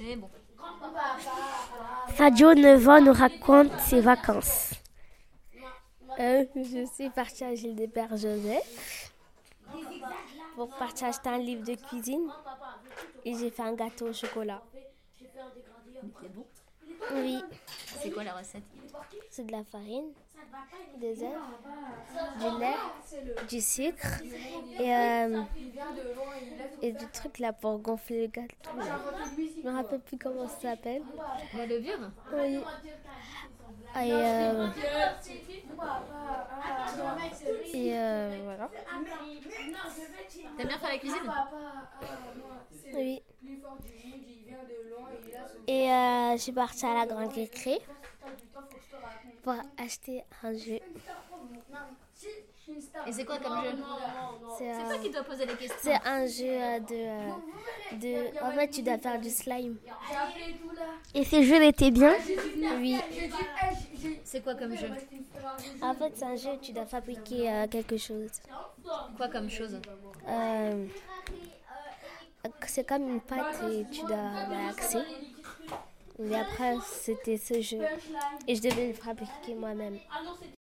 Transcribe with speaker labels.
Speaker 1: Mais bon.
Speaker 2: Sadio Neva nous raconte ses vacances.
Speaker 3: Euh, je suis partie à Gilles de Père Joseph pour partir acheter un livre de cuisine et j'ai fait un gâteau au chocolat.
Speaker 1: C'est bon.
Speaker 3: Oui,
Speaker 1: C'est quoi la recette
Speaker 3: c'est de la farine, des œufs, du lait, du sucre et, euh, et du truc là pour gonfler le gâteau. là. Je me rappelle plus comment ça s'appelle.
Speaker 1: La levure
Speaker 3: Oui. Et, euh, et euh, voilà.
Speaker 1: T'aimes bien faire la cuisine
Speaker 3: Oui. Et euh, je suis partie à la Grande Récré pour acheter un jeu.
Speaker 1: Et c'est quoi comme jeu
Speaker 3: C'est
Speaker 1: C'est
Speaker 3: euh,
Speaker 1: toi qui dois poser les questions.
Speaker 3: c'est un jeu euh, de, euh, de... En fait, tu dois faire du slime.
Speaker 2: Et ces jeux étaient bien
Speaker 3: Oui.
Speaker 1: C'est quoi comme jeu
Speaker 3: En fait, c'est un jeu où tu dois fabriquer euh, quelque chose.
Speaker 1: Quoi comme chose
Speaker 3: Euh, c'est comme une pâte et tu dois la axer. Et après, c'était ce jeu. Et je devais le fabriquer moi-même.